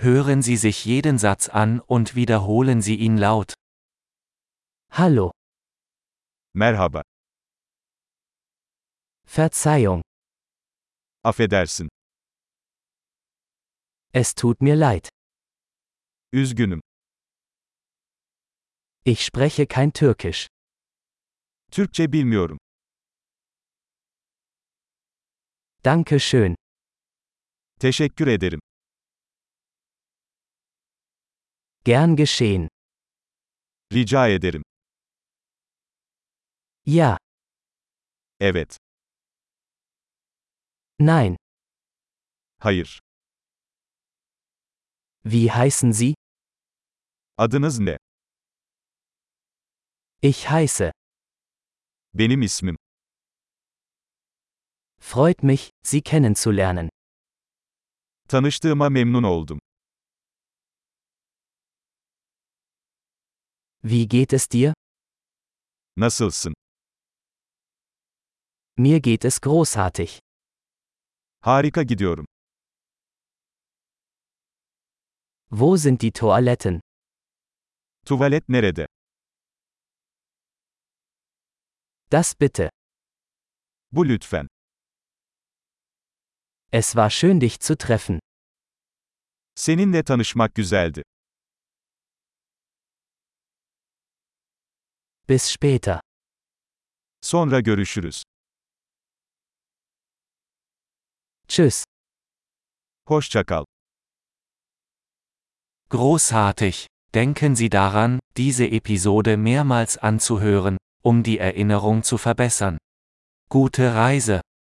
Hören Sie sich jeden Satz an und wiederholen Sie ihn laut. Hallo, Merhaba, Verzeihung, affedersin, es tut mir leid. üzgünüm, Ich spreche kein Türkisch. Türkçe bilmiyorum, Danke schön. teşekkür ederim, Gern geschehen. rica ederim, Ja, evet, nein. hayır, Wie heißen Sie? adınız ne? Ich heiße. Benim ismim, Freut mich, Sie kennenzulernen. tanıştığıma memnun oldum, Wie geht es dir? nasılsın? Mir geht es großartig. Harika gidiyorum, Wo sind die Toiletten? tuvalet nerede? Das bitte. Bu lütfen, Es war schön, dich zu treffen. seninle tanışmak güzeldi, Bis später. sonra görüşürüz, Tschüss. hoşça kal. Großartig! Denken Sie daran, diese Episode mehrmals anzuhören, um die Erinnerung zu verbessern. Gute Reise!